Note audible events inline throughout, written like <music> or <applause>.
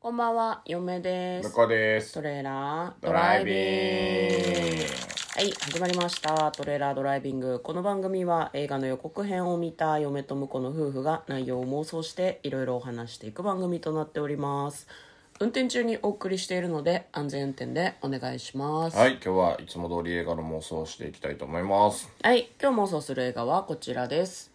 こんばんは、嫁で向す。こうですト。レーラードドラライイビビンンググ。はい、始まりました。トレーラードライビング。この番組は映画の予告編を見た嫁と婿の夫婦が内容を妄想していろいろお話していく番組となっております。運転中にお送りしているので安全運転でお願いします。はい、今日はいつも通り映画の妄想をしていきたいと思います。はい、今日妄想する映画はこちらです。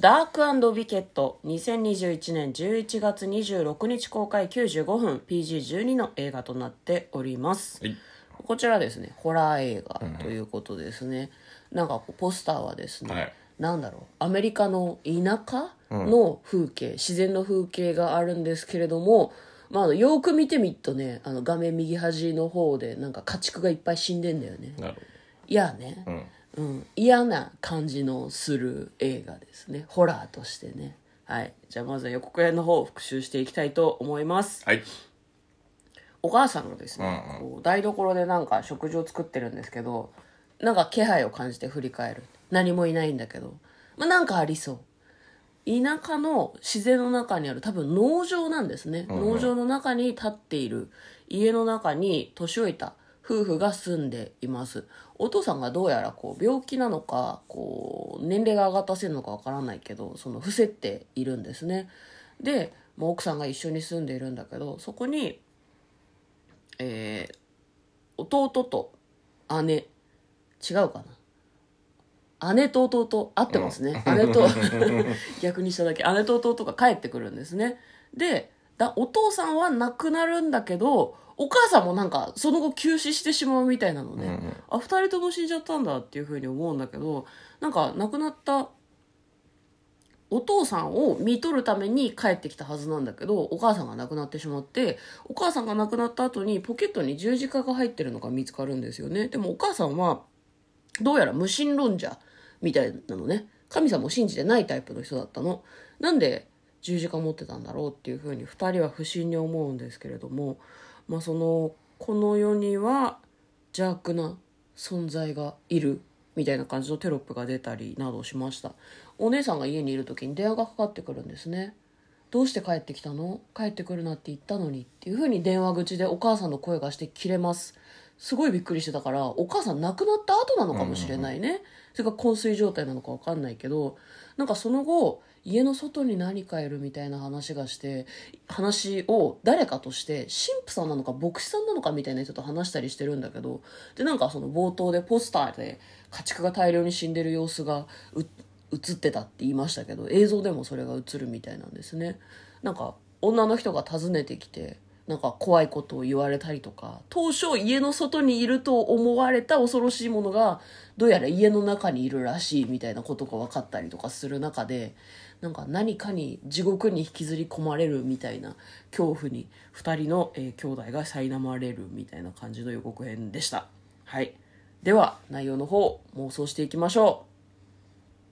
ダークウィケット2021年11月26日公開95分 PG12 の映画となっております。はい。こちらですね、ホラー映画ということですね。なんかこうポスターはですね、はいなんだろう、アメリカの田舎の風景、自然の風景があるんですけれども、まあ、よく見てみるとね、あの画面右端の方でなんか家畜がいっぱい死んでんだよね。なる嫌ね、うん嫌な感じのする映画ですねホラーとしてねはいじゃあまずは予告編の方を復習していきたいと思いますはい。お母さんがですね、こう台所でなんか食事を作ってるんですけどなんか気配を感じて振り返る何もいないんだけど、まあ、なんかありそう田舎の自然の中にある多分農場なんですね、農場の中に立っている家の中に年老いた夫婦が住んでいますお父さんがどうやらこう病気なのかこう年齢が上がったせいなのかわからないけどその伏せっているんですねでもう奥さんが一緒に住んでいるんだけどそこにえー弟と姉違うかな姉と弟合ってますね、姉 <laughs> と逆にしただけ姉と弟が帰ってくるんですねでだお父さんは亡くなるんだけどお母さんもなんかその後急死してしまうみたいなのね、あ二人とも死んじゃったんだっていうふうに思うんだけどなんか亡くなったお父さんを見とるために帰ってきたはずなんだけどお母さんが亡くなってしまってお母さんが亡くなった後にポケットに十字架が入ってるのが見つかるんですよねでもお母さんはどうやら無神論者みたいなのね神様を信じてないタイプの人だったのなんで十字架持ってたんだろうっていうふうに2人は不審に思うんですけれどもまあそのこの世には邪悪な存在がいるみたいな感じのテロップが出たりなどしましたお姉さんが家にいる時に電話がかかってくるんですねどうして帰ってきたの帰ってくるなって言ったのにっていうふうに電話口でお母さんの声がして切れますすごいびっくりしてたからお母さん亡くなった後なのかもしれないね、それか昏睡状態なのか分かんないけどなんかその後家の外に何かいるみたいな話がして話を誰かとして神父さんなのか牧師さんなのかみたいな人と話したりしてるんだけどでなんかその冒頭でポスターで家畜が大量に死んでる様子がう映ってたって言いましたけど映像でもそれが映るみたいなんですねなんか女の人が訪ねてきてなんか怖いことを言われたりとか当初家の外にいると思われた恐ろしいものがどうやら家の中にいるらしいみたいなことが分かったりとかする中でなんか何かに地獄に引きずり込まれるみたいな恐怖に2人の、えー兄弟が苛まれるみたいな感じの予告編でしたはいでは内容の方妄想していきましょう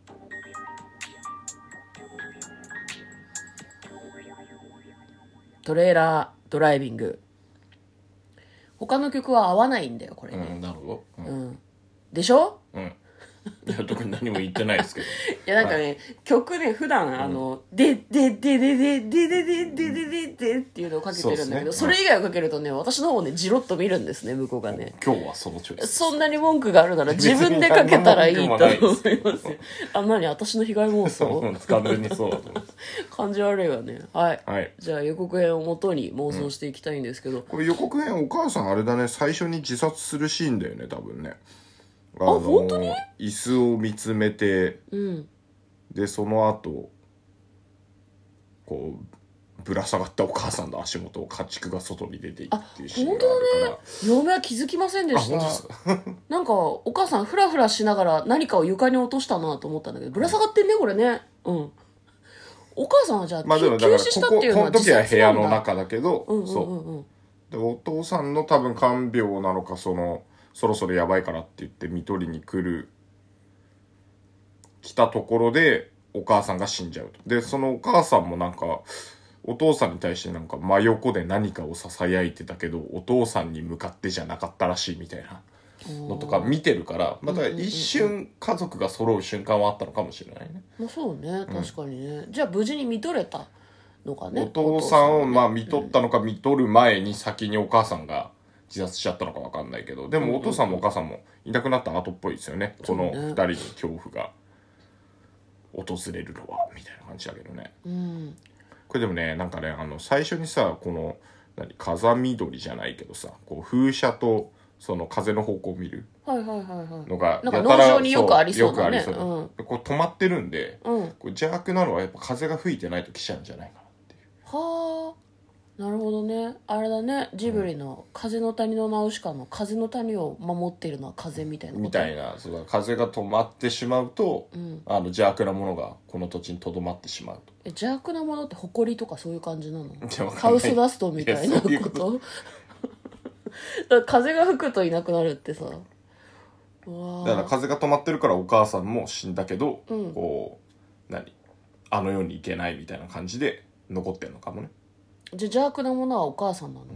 トレーラードライビング他の曲は合わないんだよこれうね、ん、なるほど。うん。でしょうん。いや、特に何も言ってないですけど。いやなんかね、曲ね普段あの「でででででででででででで」っていうのをかけてるんだけどそ,、そうでれ以外をかけるとね私の方をねじろっと見るんですね向こうがね <laughs> 今日はそのチョイス。そんなに文句があるなら自分でかけたらいいと思い別に何の文句もな <laughs> いますよあ何私の被害妄想完全にそうだと思います。感じ悪いわねはい、はいじゃあ予告編をもとに妄想していきたいんですけど、 <laughs> これ予告編お母さんあれだね最初に自殺するシーンだよね多分ねあの本当に椅子を見つめて、でその後こうぶら下がったお母さんの足元を家畜が外に出ていくっていうシーンがあ本当るかだらね嫁は気づきませんでしたあ本なんかお母さんフラフラしながら何かを床に落としたなと思ったんだけどぶら下がってんねこれねうんお母さんはじゃあ、まあでもだか急ら死こしたってこいうこのはの自時は部殺な屋んだの中だけど、うんうんそううんうんでお父さんの多分看病なのかそのそろそろやばいからって言って看取りに来る来たところでお母さんが死んじゃうとでそのお母さんもなんかお父さんに対してなんか真横で何かをささやいてたけどお父さんに向かってじゃなかったらしいみたいなのとか見てるからまた一瞬家族が揃う瞬間はあったのかもしれないね。まあそうね確かにね、じゃあ無事に見とれたのがねお父さんをまあね見とったのか見とる前に先にお母さんが自殺しちゃったのかわかんないけどでもお父さんもお母さんもいなくなった後っぽいですよねこのそうね2人に恐怖が訪れるのはみたいな感じだけどねうんこれでもねなんかねあの最初にさこの何風緑じゃないけどさこう風車とその風の方向を見るはいはいはいはいのがなんかやたら農場によくありそうだねよくありそうだこう止まってるんでうんはこう邪悪なのはやっぱ風が吹いてないと来ちゃうんじゃないかなっていうあなるほどねあれだねジブリの「風の谷のナウシカ」の「風の谷を守っているのは風」みたいなことみたいなそうだ風が止まってしまうと、うんあの邪悪なものがこの土地にとどまってしまうとえ邪悪なものって埃とかそういう感じなのやわかんないハウスダストみたいいなやそういうここと <laughs> だから風が吹くといなくなるってさうわだから風が止まってるからお母さんも死んだけど、うんこう何あの世に行けないみたいな感じで残ってるのかもねじゃあ邪悪なものはお母さんなの、で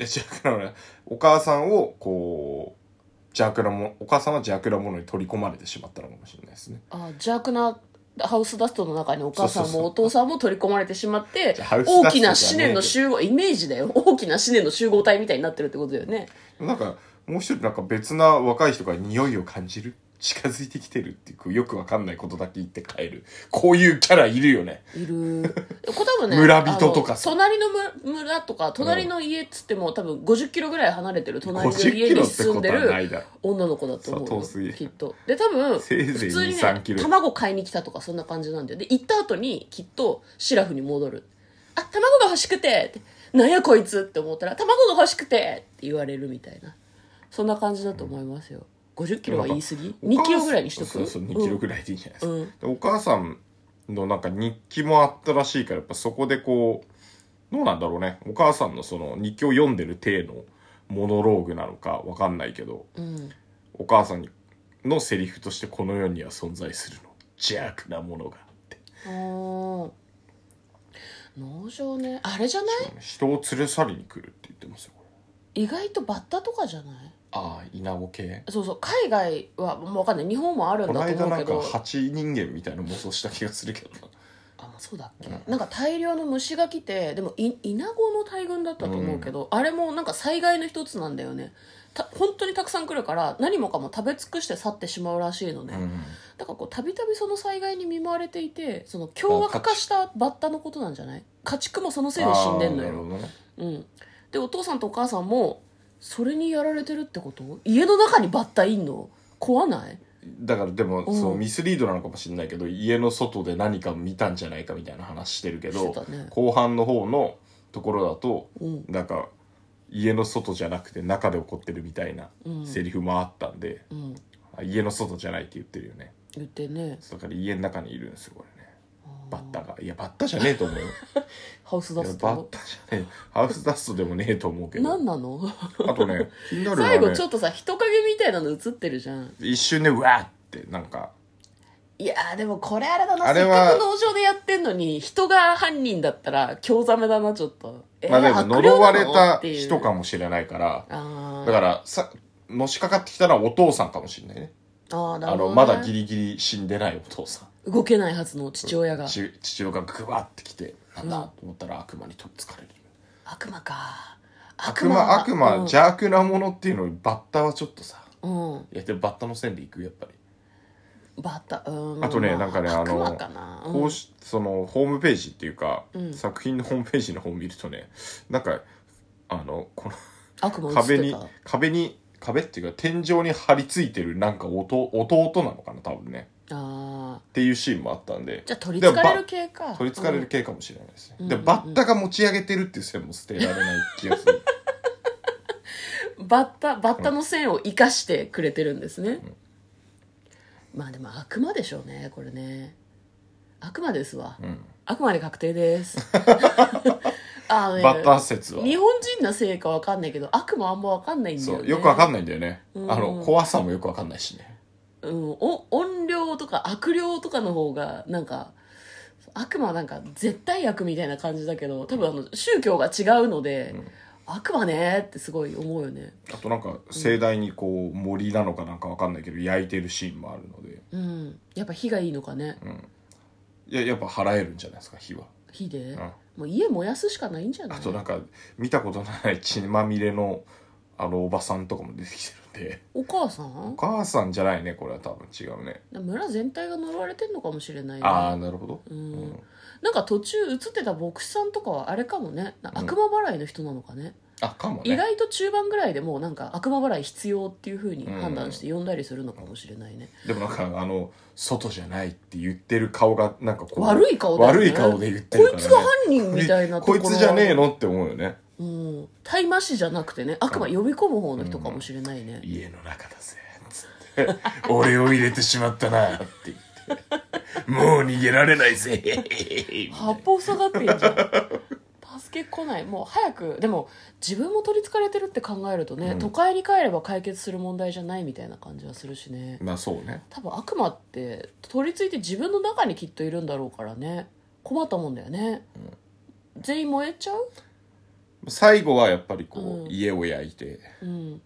邪悪なものがお母さんをこう邪悪なものお母さんは邪悪なものに取り込まれてしまったのかもしれないですねあ邪悪なハウスダストの中にお母さんそうそうもそうお父さんも取り込まれてしまってじゃあハウスダスト大きなじゃ思ねえけど念の集合イメージだよ大きな思念の集合体みたいになってるってことだよねなんかもう一人なんか別な若い人が匂いを感じる近づいてきてるっていうよくわかんないことだけ言って帰るこういうキャラいるよねいるこれ多分ね村人とかあのさ隣の村村とか隣の家っつっても多分50キロぐらい離れてる隣の50家キにロって住んことではるないだろ女の子だと思うそうよ遠すぎるきっとで多分せいぜい普通に2 3キねロ卵買いに来たとかそんな感じなんだよで行った後にきっとシラフに戻る「あ卵が欲しくて」って「なんやこいつ」って思ったら「卵が欲しくて」って言われるみたいなそんな感じだと思いますよ50キロは言い過ぎお2キ母さんロぐらいにしとくそうそう2キロうんぐらいでいいんじゃないですか、うんでお母さんのなんか日記もあったらしいからやっぱそこでこうどうなんだろうねお母さんのその日記を読んでる体のモノローグなのかわかんないけどうんお母さんのセリフとしてこの世には存在するの邪悪なものがってあー農場ねあれじゃない人を連れ去りに来るって言ってますよこれ意外とバッタとかじゃないああ稲子系そうそう海外はもう分かんない日本もあるんこだとの思うけど間なんか蜂人間みたいな妄想した気がするけどなあまあそうだっけ、うんなんか大量の虫が来てでもイイナゴの大群だったと思うけど、あれもなんか災害の一つなんだよねた本当にたくさん来るから何もかも食べ尽くして去ってしまうらしいのね、うんだからこうたびたびその災害に見舞われていてその凶悪化したバッタのことなんじゃない家畜もそのせいで死んでんのあーなるよ、ほどねうん、でお父さんとお母さんもそれにやられてるってこと家の中にバッタいんの怖ないだからでも、うんそうミスリードなのかもしれないけど家の外で何か見たんじゃないかみたいな話してるけどしてたね後半の方のところだと、うんなんか家の外じゃなくて中で起こってるみたいなうんセリフもあったんで、うんあ家の外じゃないって言ってるよね言ってねだから家の中にいるんですよこれねバッタあがいやバッタじゃねえと思うよーハウスいやダスバットタじゃねえハウスダストでもねえと思うけど何なのあとね気になるのは、最ね、後ちょっとさ人影みたいなの映ってるじゃん一瞬でうわーってなんかいやーでもこれあれだなあれせっはかく農場でやってんのに人が犯人だったら興ざめだなちょっとえーまあでも悪霊な呪のわれたっていう人かもしれないからあーだからさのしかかってきたのはお父さんかもしれないねあーなあるほど、のね、まだギリギリ死んでないお父さん動けないはずの父親が父父親がグワってきてなんだうんと思ったら悪魔にとっつかれる悪魔か悪魔悪魔うん邪悪なものっていうのにバッタはちょっとさうんいやでもバッタの線でいくよやっぱりバッタうんあとねまなんかねあの悪魔かな、うんこうしそのホームページっていうかうん作品のホームページの方を見るとねなんかあのこの悪魔映ってた壁に壁に壁っていうか天井に張り付いてるなんか弟弟なのかな多分ねあっていうシーンもあったんでーじゃあ取りつかれるで系かば取りつかれる系かもしれないですね、うんでうんうんバッタが持ち上げてるっていう線も捨てられない気がす <laughs> るバッタバッタの線を生かしてくれてるんですね、まあでも悪魔でしょうねこれね悪魔ですわ、ん悪魔で確定です <laughs> あのねバッタ説は日本人のせいかわかんないけど悪魔あんまわかんないんだそよ、うね、よくわかんない、ないんだよね、うんあの怖さもよくわかんないしねうん、お音量とか悪霊とかの方がなんか悪魔はなんか絶対悪みたいな感じだけど多分あの宗教が違うので、悪魔ねってすごい思うよねあとなんか盛大にこう森なのかなんかわかんないけど焼いてるシーンもあるのでうんやっぱ火がいいのかね、いややっぱ払えるんじゃないですか火は火で、んもう家燃やすしかないんじゃなあいとなんか見たことない血まみれのあのおばさんとかも出てきてるんでお母さおん母さんじゃないねこれは多分違うね村全体が呪われてんのかもしれないねああなるほど、うんうんなんか途中映ってた牧師さんとかはあれかもねな悪魔払いの人なのかね、あかも意ね外と中盤ぐらいでもうなんか悪魔払い必要っていう風に判断して呼んだりするのかもしれないね、でもなんかあの外じゃないって言ってる顔がなんかこう悪い顔だよね悪い顔で言ってるから、ね、こいつが犯人みたいなとこころいつじゃねえのって思うよねうん大麻師じゃなくてね悪魔呼び込む方の人かもしれないね、家の中だぜつって俺を入れてしまったなって言ってもう逃げられないぜ八方塞がってんじゃん助け来ないもう早くでも自分も取りつかれてるって考えるとね、うん都会に帰れば解決する問題じゃないみたいな感じはするしねまあそうね多分悪魔って取り付いて自分の中にきっといるんだろうからね困ったもんだよね、全員燃えちゃう最後はやっぱりこう、うん家を焼いてうん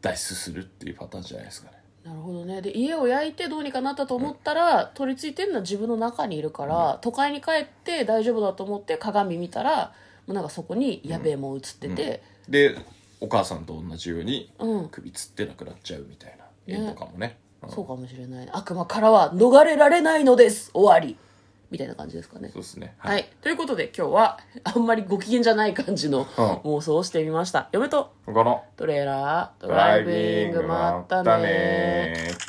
脱出するっていうパターンじゃないですかねなるほどねで家を焼いてどうにかなったと思ったら、取り付いてるのは自分の中にいるから、都会に帰って大丈夫だと思って鏡見たらもうなんかそこにやべえもん映ってて、でお母さんと同じようにうん首つってなくなっちゃうみたいな絵とかもねうんそうかもしれない悪魔からは逃れられないのです終わりみたいな感じですかねそうですねはい、ということで今日はあんまりご機嫌じゃない感じの妄想をしてみました嫁とこのトレーラードドラライイビビンンググままったったねね